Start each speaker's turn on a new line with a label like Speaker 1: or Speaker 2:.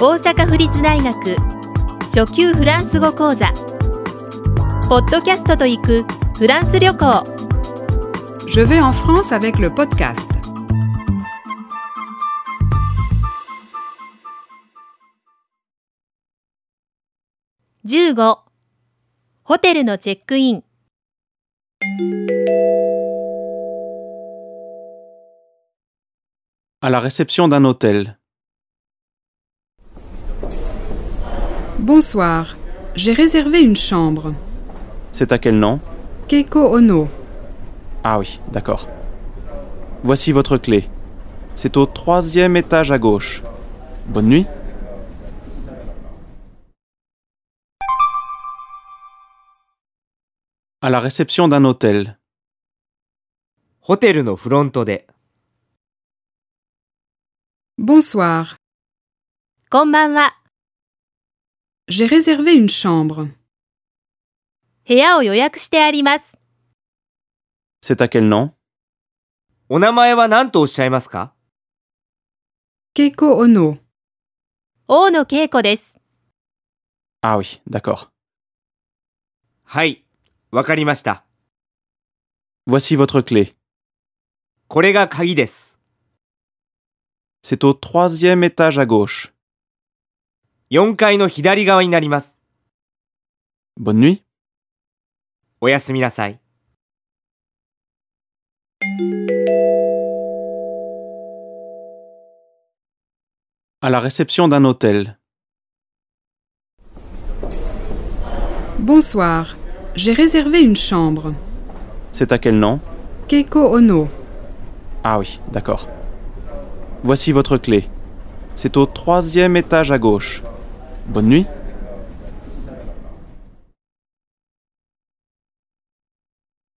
Speaker 1: 大阪府立大学初級フランス語講座ポッドキャストと行くフランス旅行
Speaker 2: Je vais en France avec le podcast.
Speaker 1: 15ホテルのチェックイン
Speaker 3: À la réception d'un hôtel.
Speaker 2: Bonsoir. J'ai réservé une chambre.
Speaker 3: C'est à quel nom
Speaker 2: Keiko Ono.
Speaker 3: Ah oui, d'accord. Voici votre clé. C'est au troisième étage à gauche. Bonne nuit. À la réception d'un hôtel.
Speaker 4: ホテルのフロントで、
Speaker 2: Bonsoir.
Speaker 1: こんばんは
Speaker 2: J'ai réservé une chambre.
Speaker 1: 部屋を予約してあります
Speaker 3: C'est à quel nom
Speaker 4: お名前は何とおっしゃいますか
Speaker 2: Keiko Ono.
Speaker 1: 大野恵子です。
Speaker 3: Ah oui, d'accord.
Speaker 4: はい、わかりました。
Speaker 3: Voici votre clé.
Speaker 4: これが鍵です。
Speaker 3: C'est au troisième étage à gauche.
Speaker 4: 4階の左側になります。
Speaker 3: Bonne nuit.
Speaker 4: おやすみなさい。
Speaker 3: À la réception d'un hôtel.
Speaker 2: Bonsoir. J'ai réservé une chambre.
Speaker 3: C'est à quel nom
Speaker 2: Keiko Ono.
Speaker 3: Ah oui, d'accord. Voici votre clé. C'est au troisième étage à gauche. Bonne nuit.